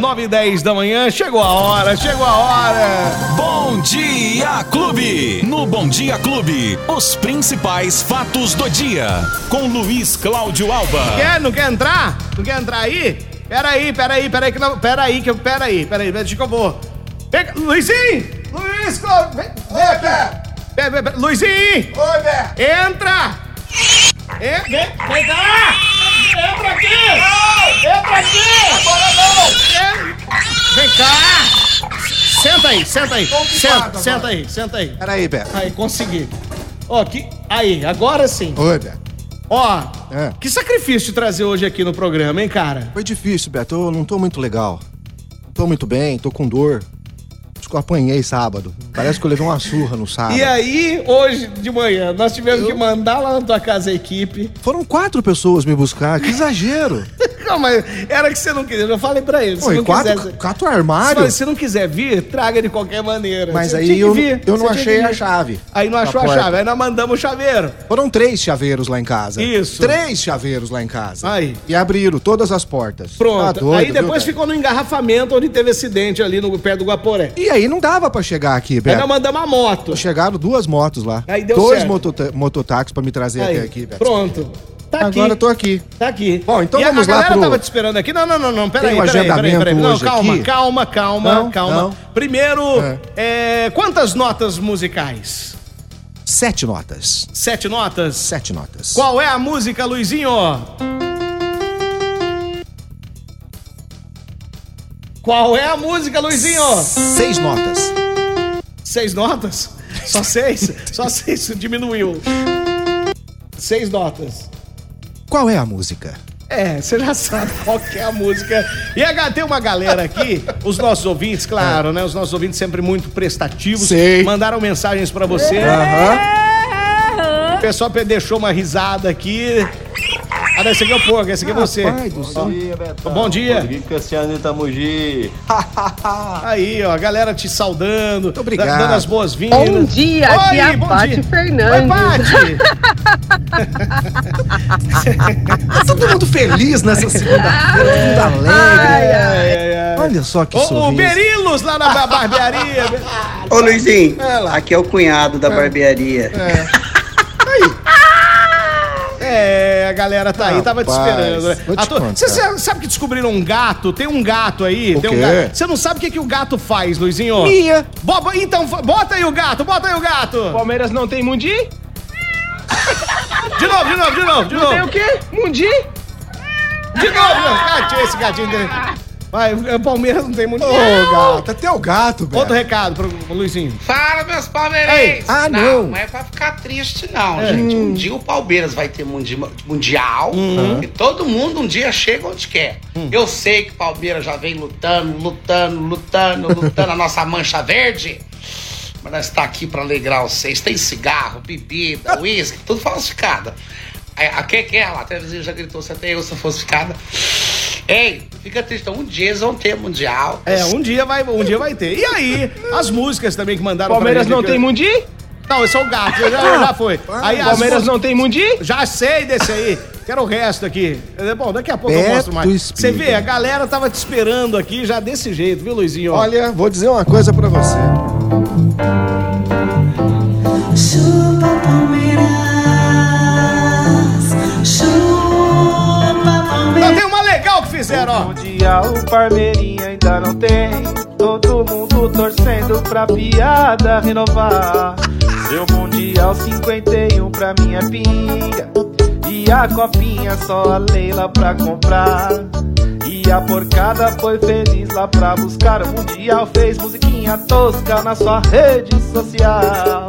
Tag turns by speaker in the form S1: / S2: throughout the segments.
S1: 9 e 10 da manhã, chegou a hora, chegou a hora.
S2: Bom Dia Clube! No Bom Dia Clube, os principais fatos do dia. Com Luiz Cláudio Alba.
S1: Quer, não quer entrar? Não quer entrar aí? Peraí, peraí, peraí, que não, peraí, que eu, peraí, peraí, deixa que eu vou. Pega, Luizinho! Luiz, Clá- vem,
S3: Oi, Bé!
S1: vem, vem, vem, Luizinho!
S3: Oi, Bé!
S1: Entra! É, vem, vem cá! Entra aqui! Entra aqui!
S3: Agora não!
S1: É, Vem cá! Senta aí, senta aí,
S3: Complicado
S1: senta,
S3: agora.
S1: senta aí, senta aí.
S3: Peraí, Bé.
S1: Aí, consegui. Ó, que, aí, agora sim.
S3: Oi, Bé.
S1: Ó,
S3: É.
S1: que sacrifício te trazer hoje aqui no programa, hein, cara?
S3: Foi difícil, Beto. Eu não tô muito legal. Não tô muito bem, tô com dor. Acho que eu apanhei sábado. Parece que eu levei uma surra no sábado.
S1: E é? aí, hoje de manhã, nós tivemos que mandar lá na tua casa a equipe.
S3: Foram quatro pessoas me buscar. Que exagero!
S1: Não, mas era que você não queria. Eu falei pra ele, se
S3: Oi,
S1: não
S3: quatro,
S1: quiser... você-
S3: quatro
S1: Se
S3: armários.
S1: você- se não quiser vir, traga de qualquer maneira.
S3: Mas
S1: Você
S3: aí
S1: tinha que
S3: eu,
S1: vir,
S3: eu não
S1: você tinha
S3: achei
S1: que
S3: a
S1: vir.
S3: chave.
S1: Aí não
S3: da
S1: achou a
S3: porta.
S1: chave, aí nós mandamos o chaveiro.
S3: Foram três chaveiros lá em casa.
S1: Isso.
S3: Três chaveiros lá em casa.
S1: Aí.
S3: E abriram todas as portas.
S1: Pronto.
S3: Tá doido,
S1: aí depois
S3: viu, Bé?
S1: ficou no engarrafamento onde teve acidente ali no pé do Guaporé.
S3: E aí não dava pra chegar aqui,
S1: Aí
S3: Beto.
S1: nós mandamos a moto.
S3: Chegaram duas motos lá.
S1: Aí deu
S3: Dois
S1: certo.
S3: motota- mototáxis pra me trazer
S1: Aí,
S3: até aqui, Beto.
S1: Pronto. Tá aqui.
S3: Agora eu tô aqui.
S1: Tá aqui.
S3: Bom, então
S1: E
S3: vamos
S1: a,
S3: lá
S1: a galera
S3: pro-
S1: tava te esperando aqui. Não, não, não, não. Peraí,
S3: Tem um
S1: peraí, peraí, peraí.
S3: agendamento
S1: Não,
S3: hoje
S1: calma,
S3: aqui?
S1: calma, calma,
S3: Não,
S1: calma.
S3: não.
S1: Primeiro, é, quantas notas musicais?
S3: Sete notas.
S1: Sete notas?
S3: Sete notas.
S1: Qual é a música, Luizinho? Qual é a música, Luizinho?
S3: Seis notas.
S1: Seis notas? Só seis? Só seis, diminuiu. Seis notas.
S3: Qual é a música?
S1: É, você já sabe qual que é a música. E agora tem uma galera aqui, os nossos ouvintes, claro, né? Os nossos ouvintes sempre muito prestativos.
S3: Sei. É.
S1: Mandaram mensagens pra você.
S3: Aham.
S1: O pessoal pe- deixou uma risada aqui. Ah, não, esse aqui é o porco, esse aqui é você.
S3: Pai do céu.
S4: Bom dia, Betão.
S1: Bom dia.
S4: Rodrigo Cassiano de Itamugi.
S1: Aí, ó, a galera te saudando. Muito
S3: obrigado.
S1: Dando as boas-vindas.
S5: Bom dia, aqui é a
S1: bom
S5: Paty
S1: dia. Oi,
S5: Fernandes.
S1: Paty.
S3: Tá todo mundo feliz nessa segunda-feira, todo mundo alegre.
S1: Ai, ai, ai.
S3: Olha só que
S1: é, O, o
S3: sorriso.
S1: Berilos lá na ba- barbearia.
S6: Ô Luizinho, aqui é o cunhado da barbearia.
S1: É, a galera tá aí, tava te
S3: Rapaz,
S1: esperando. né?
S3: vou te
S1: A tua-
S3: contar.
S1: Você sa- sabe que descobriram um gato? Tem um gato aí.
S3: O
S1: tem um
S3: quê?
S1: gato. Você não sabe o que, que o gato faz, Luizinho?
S3: Mia.
S1: Bo- bo- então, fa- bota aí o gato, bota aí o gato.
S7: Palmeiras não tem Mundi?
S1: De novo, de novo, de novo, de
S7: Tem o
S1: novo.
S7: quê? Mundi?
S1: De novo, gato, esse gatinho dele. Vai, o Palmeiras não tem muito.
S3: Ô, gato, até o gato, Beto.
S1: Outro recado pro pro Luizinho.
S8: Fala, meus palmeirenses!
S3: Ei, ah, não.
S8: não! Não é pra ficar triste, não, gente. Um dia o Palmeiras vai ter mundi- Mundial e todo mundo um dia chega onde quer. Eu sei que o Palmeiras já vem lutando, lutando, lutando, lutando a nossa mancha verde. Mas nós tá aqui pra alegrar vocês. Tem cigarro, bebida, uísque, tudo falsificado. É, A que que é lá? A televisão já gritou se até eu sou falsificada. Ei, fica triste. Um dia eles vão ter mundial.
S1: É, um dia vai, um dia vai ter. E aí, as músicas também que mandaram
S7: Palmeiras
S1: pra
S7: não
S1: gente
S7: tem
S1: aqui.
S7: Mundi?
S1: Não, esse é o gato, já, já foi. Aí, as
S7: Ah, Palmeiras
S1: músicas-
S7: não tem Mundi?
S1: Já sei desse aí. Quero o resto aqui. É, Bom, daqui a pouco eu
S3: Beto
S1: mostro mais.
S3: Espiga.
S1: Você vê, a galera tava te esperando aqui já desse jeito, viu, Luizinho?
S3: Olha, vou dizer uma coisa pra você.
S9: Chupa Palmeiras, chupa Palmeiras.
S1: Não, tem uma legal que fizeram, ó.
S7: dia o Palmeirinha ainda não tem. Todo mundo torcendo pra piada renovar. Seu Mundial 51 pra minha pinga. E a copinha só a Leila pra comprar. E a porcada foi feliz lá pra buscar. O Mundial fez musiquinha tosca na sua rede social.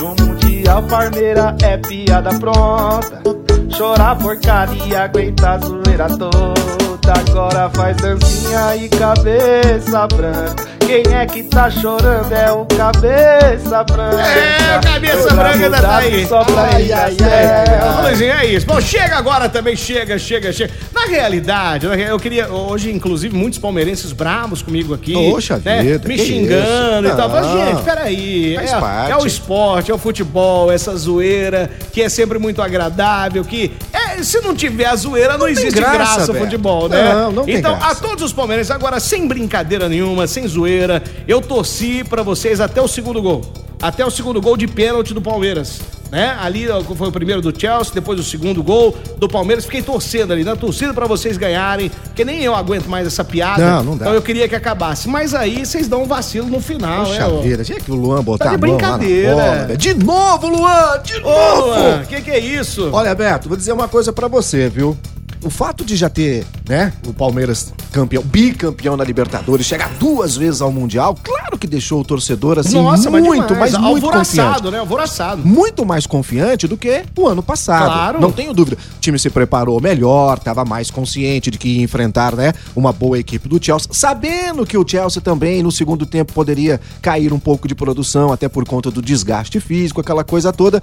S7: No Mundial Parmeira é piada pronta. Chorar porcada e aguentar a zoeira toda. Agora faz dancinha e cabeça branca. Quem é que tá chorando é o cabeça branca.
S1: É, cabeça
S7: Pra
S1: branca ainda tá
S7: mudar
S1: aí.
S7: Só pra
S1: Ai,
S7: ir
S1: ai,
S7: da
S1: ai.
S7: cela.
S1: Ô, Luizinho, é isso. Bom, chega agora também, chega, chega, chega. Na realidade, na real- eu queria. Hoje, inclusive, muitos palmeirenses bravos comigo aqui. né,
S3: Poxa vida,
S1: Me
S3: que
S1: xingando
S3: isso?
S1: e tal. Mas,
S3: Não.
S1: gente, peraí.
S3: Faz
S1: É,
S3: parte.
S1: é o esporte, é o futebol, essa zoeira que é sempre muito agradável, que é, é, se não tiver a zoeira, não, existe
S3: graça,
S1: graça,
S3: Beto.
S1: futebol, né?
S3: Não, não tem
S1: então,
S3: graça.
S1: a todos os palmeirenses, agora sem brincadeira nenhuma, sem zoeira, eu torci pra vocês até o segundo gol. Até o segundo gol de pênalti do Palmeiras. Né? Ali ó, foi o primeiro do Chelsea, depois o segundo gol do Palmeiras. Fiquei torcendo ali, na torcida pra vocês ganharem, porque nem eu aguento mais essa piada.
S3: Não, não dá.
S1: Então eu queria que acabasse. Mas aí vocês dão um vacilo no final, né?
S3: Poxa
S1: ô?
S3: vida, tinha que o Luan botar
S1: Tá de
S3: a mão lá na
S1: brincadeira.
S3: bola, Beto. De novo, Luan! De
S1: Ô,
S3: novo!
S1: Luan, que que é isso?
S3: Olha, Beto, vou dizer uma coisa pra você, viu? O fato de já ter, né, o Palmeiras campeão, bicampeão da Libertadores, chegar duas vezes ao Mundial, claro que deixou o torcedor assim
S1: mas
S3: muito,
S1: demais.
S3: mas, muito confiante.
S1: alvoraçado, né? Alvoraçado.
S3: Muito mais confiante do que o ano passado.
S1: Claro.
S3: Não tenho dúvida. O time se preparou melhor, estava mais consciente de que ia enfrentar, né, uma boa equipe do Chelsea, sabendo que o Chelsea também no segundo tempo poderia cair um pouco de produção, até por conta do desgaste físico, aquela coisa toda.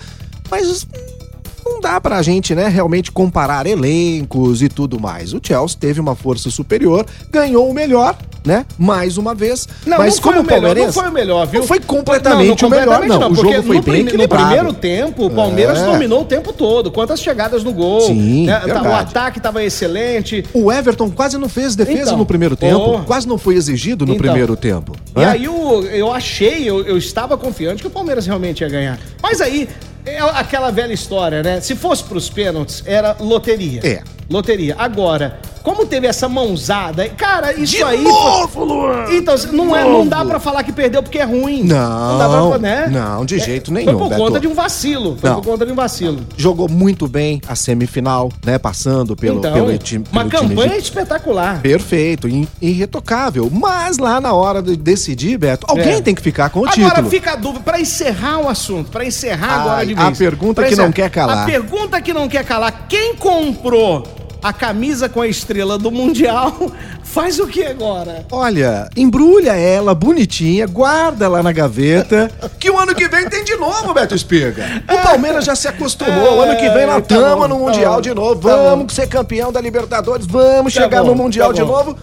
S3: Mas hum, não dá pra gente, né, realmente comparar elencos e tudo mais. O Chelsea teve uma força superior, ganhou o melhor, né, mais uma vez. mas
S1: foi
S3: como
S1: o melhor,
S3: palmeirense,
S1: não foi o melhor, viu?
S3: Não foi completamente o melhor,
S1: completamente
S3: não. O jogo
S1: porque
S3: foi
S1: no
S3: bem
S1: prime-
S3: equilibrado.
S1: No primeiro tempo, o Palmeiras
S3: É.
S1: dominou o tempo todo. Quantas chegadas no gol.
S3: Sim,
S1: né? Tá- O
S3: verdade.
S1: ataque tava excelente.
S3: O Everton quase não fez defesa
S1: Então.
S3: no primeiro tempo,
S1: Oh.
S3: quase não foi exigido no
S1: Então.
S3: primeiro tempo.
S1: E
S3: né?
S1: aí eu, eu achei, eu, eu estava confiante que o Palmeiras realmente ia ganhar. Mas aí, é aquela velha história, né? Se fosse pros pênaltis, era loteria.
S3: É.
S1: Loteria. Agora, como teve essa mãozada, cara, isso
S3: De
S1: aí.
S3: novo, Luan!
S1: Então, não, é, não dá pra falar que perdeu porque é ruim.
S3: Não,
S1: dá pra, né?
S3: não, de jeito nenhum,
S1: Foi por
S3: Beto.
S1: conta de um vacilo. Foi
S3: Não.
S1: por conta de um vacilo.
S3: Jogou muito bem a semifinal, né? Passando pelo,
S1: então,
S3: pelo, time.
S1: uma
S3: pelo time
S1: campanha
S3: de-
S1: espetacular.
S3: Perfeito, in- irretocável. Mas lá na hora de decidir, Beto, alguém
S1: É.
S3: tem que ficar com o
S1: Agora
S3: título.
S1: fica a dúvida, pra encerrar o assunto, pra encerrar agora
S3: Ai,
S1: de vez.
S3: a pergunta
S1: Pra
S3: que
S1: encerrar.
S3: não quer calar.
S1: A pergunta que não quer calar, quem comprou a camisa com a estrela do Mundial, faz o que agora?
S3: Olha, embrulha ela bonitinha, guarda lá na gaveta, que o ano que vem tem de novo, Beto Espiga. O Palmeiras já se acostumou, o ano que vem
S1: É,
S3: nós
S1: tá
S3: tamo
S1: bom,
S3: no
S1: tá
S3: Mundial
S1: bom,
S3: de novo,
S1: tá
S3: vamos ser campeão da Libertadores, vamos
S1: Tá
S3: chegar
S1: bom,
S3: no Mundial
S1: tá
S3: de
S1: bom.
S3: novo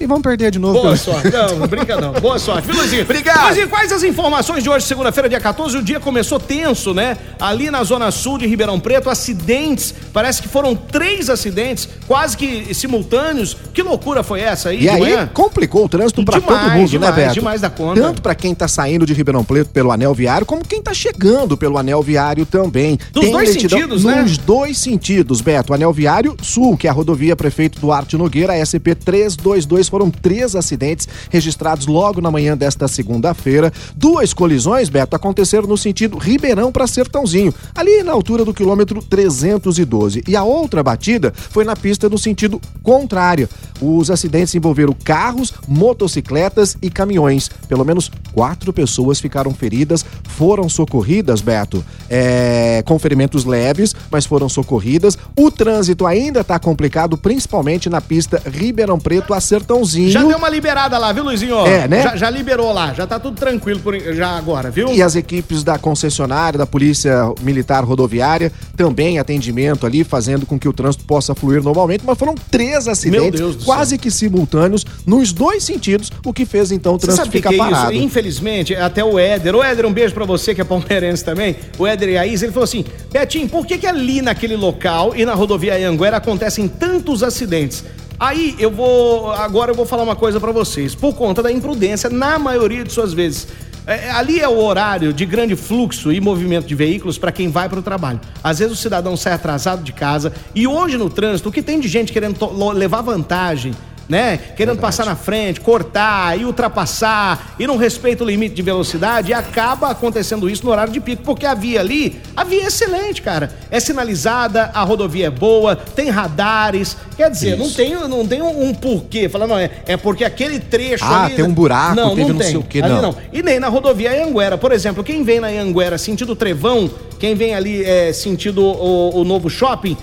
S3: e vamos perder de novo.
S1: Boa
S3: pelo-
S1: sorte. Não, brinca não. Boa sorte. Viu, Luizinho?
S3: Obrigado.
S1: Luizinho, quais as informações de hoje, segunda-feira, dia 14? O dia começou tenso, né? Ali na Zona Sul de Ribeirão Preto, acidentes. Parece que foram três acidentes, quase que simultâneos. Que loucura foi essa aí?
S3: E
S1: de
S3: aí
S1: manhã?
S3: complicou o trânsito pra
S1: é? Demais,
S3: todo mundo,
S1: demais,
S3: né, Beto?
S1: demais da conta.
S3: Tanto pra quem tá saindo de Ribeirão Preto pelo anel viário, como quem tá chegando pelo anel viário também.
S1: Dos dois sentidos, né?
S3: Nos dois sentidos, Beto. Anel viário sul, que é a rodovia Prefeito Duarte Nogueira, SP 322, foram três acidentes registrados logo na manhã desta segunda-feira. Duas colisões, Beto, aconteceram no sentido Ribeirão pra Sertãozinho, ali na altura do quilômetro 312. E a outra batida foi na pista no sentido contrário. Os acidentes envolveram carros, motocicletas e caminhões. Pelo menos quatro pessoas ficaram feridas, foram socorridas, Beto, é, com ferimentos leves, mas foram socorridas. O trânsito ainda está complicado, principalmente na pista Ribeirão Preto a Sertãozinho.
S1: Já deu uma liberada lá, viu, Luizinho?
S3: É, né?
S1: Já, já liberou lá, já tá tudo tranquilo por, já agora, viu?
S3: E as equipes da concessionária, da Polícia Militar Rodoviária, também atendimento ali, fazendo com que o trânsito possa fluir normalmente. Mas foram três acidentes,
S1: Deus do
S3: quase que simultâneos, nos dois sentidos, o que fez então o
S1: Você
S3: trânsito
S1: sabe o que,
S3: ficar
S1: que é
S3: parado.
S1: isso? Infelizmente, até o Éder. O Éder, um beijo pra você que é palmeirense também. O Éder e a Isa, ele falou assim: Betinho, por que, que ali naquele local e na rodovia Anguera acontecem tantos acidentes? Aí eu vou. Agora eu vou falar uma coisa pra vocês. Por conta da imprudência, na maioria de suas vezes. É, é, ali é o horário de grande fluxo e movimento de veículos pra quem vai pro trabalho. Às vezes o cidadão sai atrasado de casa e hoje no trânsito, o que tem de gente querendo to- lo- levar vantagem né? Querendo passar na frente, cortar e ultrapassar e não respeita o limite de velocidade e acaba acontecendo isso no horário de pico, porque a via ali, a via é excelente, cara. É sinalizada, a rodovia é boa, tem radares, quer dizer, não tem, não tem um, um porquê, falar, não, é, é porque aquele trecho
S3: Ah,
S1: ali...
S3: tem um buraco,
S1: não,
S3: teve
S1: não,
S3: não
S1: tem.
S3: sei o quê,
S1: Ali
S3: não.
S1: E nem na rodovia Anguera, por exemplo, quem vem na Anguera sentido Trevão, quem vem ali é, sentido o, o novo shopping,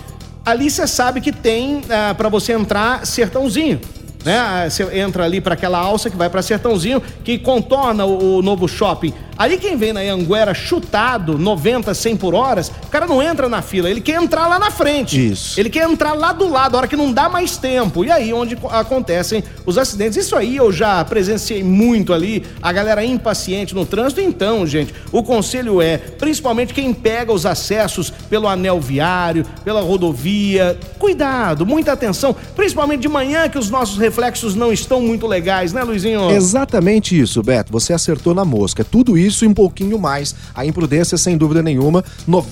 S1: ali você sabe que tem ah, pra para você entrar Sertãozinho. né? Ah, Você entra ali para aquela alça que vai para Sertãozinho, que contorna o, o novo shopping. Ali quem vem na Anguera chutado, 90, 100 por horas, o cara não entra na fila, ele quer entrar lá na frente.
S3: Isso.
S1: Ele quer entrar lá do lado, a hora que não dá mais tempo. E aí onde co- acontecem os acidentes. Isso aí eu já presenciei muito ali, a galera impaciente no trânsito. Então, gente, o conselho é, principalmente quem pega os acessos pelo anel viário, pela rodovia, cuidado, muita atenção, principalmente de manhã que os nossos reflexos não estão muito legais, né, Luizinho?
S3: Exatamente isso, Beto. Você acertou na mosca. Tudo isso e um pouquinho mais. A imprudência, sem dúvida nenhuma,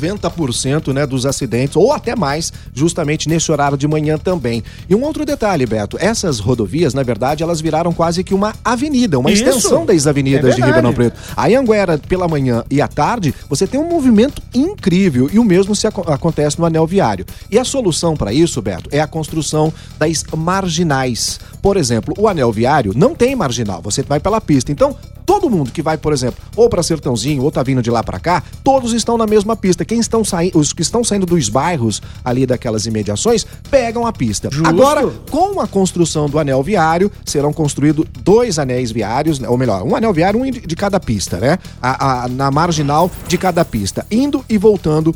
S3: 90% né, dos acidentes, ou até mais, justamente nesse horário de manhã também. E um outro detalhe, Beto. Essas rodovias, na verdade, elas viraram quase que uma avenida, uma
S1: Isso.
S3: extensão das avenidas
S1: É
S3: de
S1: verdade.
S3: Ribeirão Preto. A Anguera, pela manhã e à tarde, você tem um movimento incrível. E o mesmo se aco- acontece no anel viário. E a solução para isso, Beto, é a construção das marginais. Por exemplo, o anel viário não tem marginal, você vai pela pista. Então, todo mundo que vai, por exemplo, ou para Sertãozinho, ou tá vindo de lá para cá, todos estão na mesma pista. Quem estão saindo, os que estão saindo dos bairros ali daquelas imediações, pegam a pista. Agora, com a construção do anel viário, serão construídos dois anéis viários, né? ou melhor, um anel viário, um de de cada pista, né? A- a- na marginal de cada pista, indo e voltando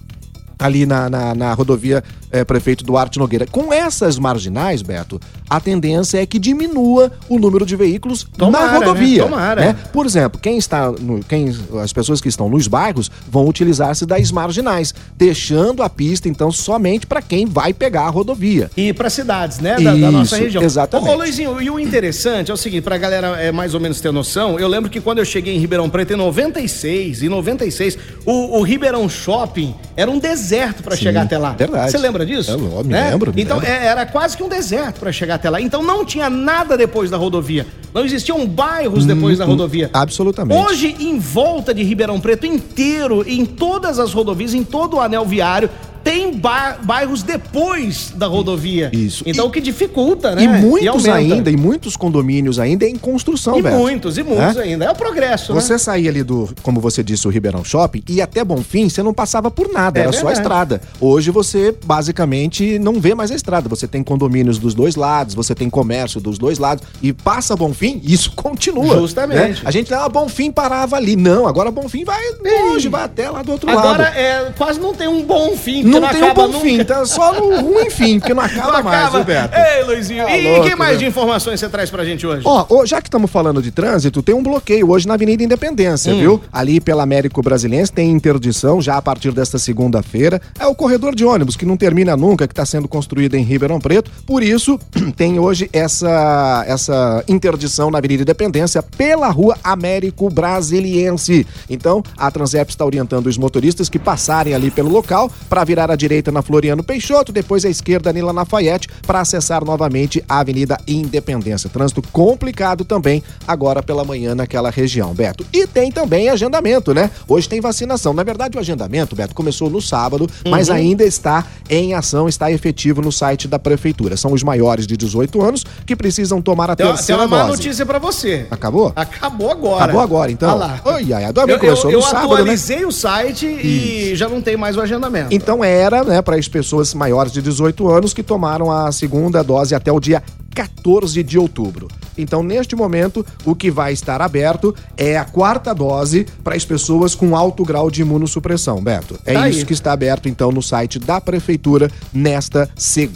S3: ali na, na, na rodovia eh, Prefeito Duarte Nogueira. Com essas marginais, Beto, a tendência é que diminua o número de veículos
S1: Tomara,
S3: na
S1: né?
S3: rodovia.
S1: Tomara.
S3: né? Por exemplo, quem está no, quem, as pessoas que estão nos bairros vão utilizar-se das marginais, deixando a pista, então, somente para quem vai pegar a rodovia.
S1: E para cidades, né? Da, da nossa
S3: Isso,
S1: região.
S3: exatamente.
S1: Ô, Luizinho, e o interessante é o seguinte, pra galera é, mais ou menos ter noção, eu lembro que quando eu cheguei em Ribeirão Preto em 96, em 96, o, o Ribeirão Shopping era um deserto pra chegar até lá.
S3: verdade. É,
S1: Você lembra disso?
S3: Eu me lembro, me
S1: então,
S3: lembro.
S1: é, era quase que um deserto pra chegar até lá. Então não tinha nada depois da rodovia. Não existiam bairros depois da rodovia.
S3: Hum, Absolutamente.
S1: Hoje, em volta de Ribeirão Preto inteiro, em todas as rodovias, em todo o anel viário, tem ba- bairros depois da rodovia.
S3: Isso.
S1: Então,
S3: E-
S1: o que dificulta, né?
S3: E muitos
S1: aumenta.
S3: ainda, e muitos condomínios ainda em construção,
S1: E
S3: Beto.
S1: muitos, e muitos
S3: Né?
S1: ainda. É o progresso, né?
S3: Você saía ali do, como você disse, o Ribeirão Shopping, e até Bonfim você não passava por nada,
S1: É
S3: era só a
S1: verdade.
S3: estrada. Hoje você basicamente não vê mais a estrada. Você tem condomínios dos dois lados, você tem comércio dos dois lados, e passa Bonfim, isso continua.
S1: Justamente.
S3: né? A gente, ah, Bonfim parava ali. Não, agora Bonfim vai longe, vai até lá do outro
S1: Agora,
S3: lado.
S1: é, quase não tem um bom fim. porque
S3: Não, tem um
S1: acaba
S3: bom fim,
S1: nunca.
S3: tá só no ruim fim, porque não acaba,
S1: Não
S3: mais,
S1: acaba. É,
S3: viu, Beto?
S1: Ei, Luizinho,
S3: Tá
S1: e
S3: louco,
S1: que mais
S3: né?
S1: de informações você traz pra gente hoje?
S3: Ó, ó, já que estamos falando de trânsito, tem um bloqueio hoje na Avenida Independência, viu? Ali pela Américo Brasilense tem interdição já a partir desta segunda-feira. É o corredor de ônibus que não termina nunca, que está sendo construído em Ribeirão Preto. Por isso, tem hoje essa, essa interdição na Avenida Independência pela Rua Américo Brasiliense. Então, a Transep está orientando os motoristas que passarem ali pelo local para virar à direita na Floriano Peixoto, depois à esquerda Nila Lafayette, para acessar novamente a Avenida Independência. Trânsito complicado também agora pela manhã naquela região, Beto. E tem também agendamento, né? Hoje tem vacinação. Na verdade, o agendamento, Beto, começou no sábado, mas
S1: Uhum.
S3: ainda está em ação, está efetivo no site da prefeitura. São os maiores de 18 anos que precisam tomar a
S1: tem, uma- tem
S3: terceira
S1: uma má
S3: dose.
S1: notícia pra você.
S3: Acabou?
S1: Acabou agora.
S3: Acabou agora, então.
S1: Olha lá.
S3: Oi, ai, ai. Do
S1: Eu,
S3: amigo
S1: eu-
S3: começou
S1: eu
S3: no sábado, né?
S1: atualizei o site e já não tem mais o agendamento.
S3: Então era, né, para as pessoas maiores de 18 anos que tomaram a segunda dose até o dia 14 de outubro. Então, neste momento, o que vai estar aberto é a quarta dose para as pessoas com alto grau de imunossupressão, Beto. É
S1: Tá aí.
S3: isso que está aberto, então, no site da Prefeitura nesta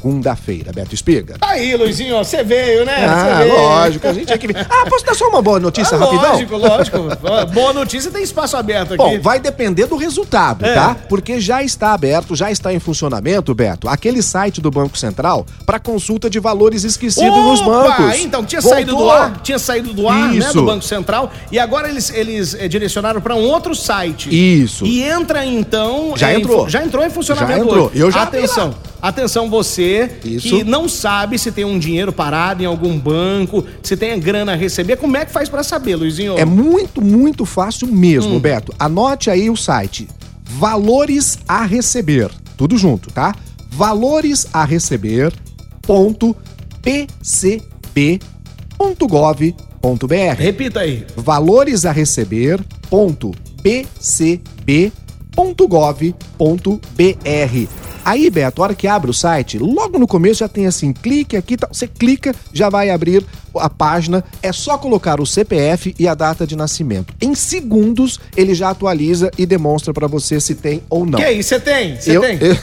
S3: segunda-feira. Beto Espiga.
S1: Tá aí, Luizinho, ó, você veio, né? Você
S3: Ah,
S1: veio.
S3: lógico, a gente é que... Ah, posso dar só uma boa notícia
S1: Ah,
S3: rapidão?
S1: Lógico, lógico. Ó, Boa notícia tem espaço aberto aqui.
S3: Bom, vai depender do resultado,
S1: É.
S3: tá? Porque já está aberto, já está em funcionamento, Beto, aquele site do Banco Central para consulta de valores esquecidos nos
S1: Opa!
S3: bancos.
S1: Então, tinha
S3: Voltou.
S1: saído do ar, tinha saído do ar, né,
S3: Isso.
S1: do Banco Central, e agora eles, eles eh, direcionaram para um outro site.
S3: Isso.
S1: E entra então...
S3: Já
S1: em-
S3: entrou.
S1: Já entrou em funcionamento
S3: Já entrou.
S1: hoje.
S3: Eu já vi
S1: Atenção. Atenção você
S3: Isso.
S1: que não sabe se tem um dinheiro parado em algum banco, se tem grana a receber, como é que faz para saber, Luizinho?
S3: É muito, muito fácil mesmo,
S1: Hum.
S3: Beto. Anote aí o site. Valores a receber. Tudo junto, tá? Valores a receber. Ponto pcb.gov.br.
S1: Repita aí.
S3: valores a receber ponto pcb.gov.br. Aí, Beto, a hora que abre o site, logo no começo já tem assim, clique aqui, e tal. você clica, já vai abrir a página, é só colocar o CPF e a data de nascimento. Em segundos, ele já atualiza e demonstra pra você se tem ou não.
S1: Que aí, você tem? Você
S3: Eu-
S1: tem?
S3: eu-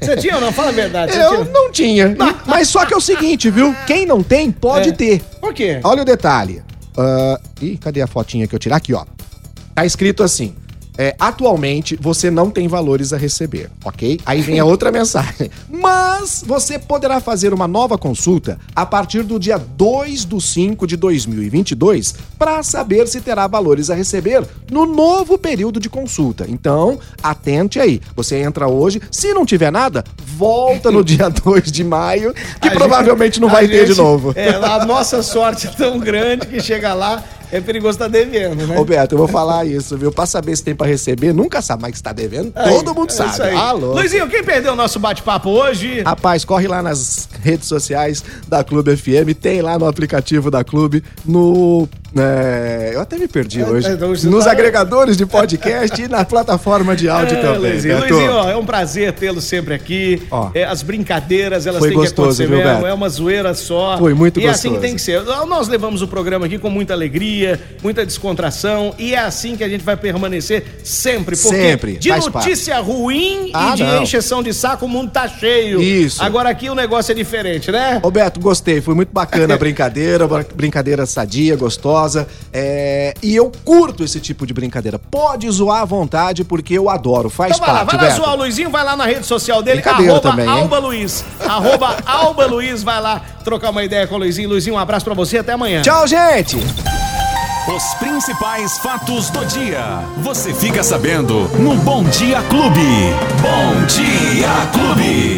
S1: Você tinha ou não? Fala a verdade. você
S3: Eu
S1: tinha?
S3: não tinha. Mas só que é o seguinte, viu? Quem não tem, pode
S1: É.
S3: ter.
S1: Por quê?
S3: Olha o detalhe. Ah, ih, cadê a fotinha que eu tirar? Aqui, ó. Tá escrito assim. é, atualmente você não tem valores a receber, ok? Aí vem a outra mensagem. Mas você poderá fazer uma nova consulta a partir do dia 2 do 5 de 2022 para saber se terá valores a receber no novo período de consulta. Então, atente aí. Você entra hoje, se não tiver nada, volta no dia 2 de maio, que
S1: A
S3: provavelmente
S1: gente-
S3: não vai
S1: a
S3: ter de
S1: gente-
S3: novo.
S1: É, a nossa sorte é tão grande que chega lá, é perigoso estar devendo, né?
S3: Ô, Beto, eu vou falar isso, viu? Pra saber se tem pra receber, nunca sabe mais que você tá devendo.
S1: Aí,
S3: Todo mundo
S1: é isso
S3: sabe.
S1: aí.
S3: Alô.
S1: Luizinho, quem perdeu o nosso bate-papo hoje?
S3: Rapaz, corre lá nas redes sociais da Clube FM, tem lá no aplicativo da Clube, no. é, eu até me perdi hoje.
S1: é, hoje você
S3: Nos
S1: tá-
S3: agregadores de podcast e na plataforma de áudio
S1: É,
S3: também.
S1: Luizinho,
S3: Beto.
S1: Luizinho, ó, é um prazer tê-lo sempre aqui.
S3: Ó.
S1: É, as brincadeiras, elas
S3: Foi
S1: têm
S3: gostoso,
S1: que acontecer
S3: viu,
S1: mesmo.
S3: Beto?
S1: É uma zoeira só.
S3: Foi muito
S1: E é assim
S3: gostoso.
S1: que tem que ser. Nós levamos o programa aqui com muita alegria, muita descontração. E é assim que a gente vai permanecer sempre. Porque
S3: Sempre,
S1: de
S3: faz
S1: notícia ruim
S3: Ah,
S1: e de
S3: não.
S1: encheção de saco, o mundo tá cheio.
S3: Isso.
S1: Agora aqui o negócio é diferente, né?
S3: Roberto, gostei, foi muito bacana a brincadeira, bra- brincadeira sadia, gostosa. é, e eu curto esse tipo de brincadeira. Pode zoar à vontade, porque eu adoro, faz
S1: Então vai lá,
S3: parte.
S1: vai lá
S3: Beto.
S1: zoar o Luizinho, vai lá na rede social dele,
S3: Brincadeira
S1: arroba
S3: também, hein?
S1: Alba Luiz. Arroba Alba Luiz, vai lá trocar uma ideia com o Luizinho. Luizinho, um abraço pra você, até amanhã.
S3: Tchau, gente!
S2: Os principais fatos do dia. Você fica sabendo no Bom Dia Clube. Bom Dia Clube.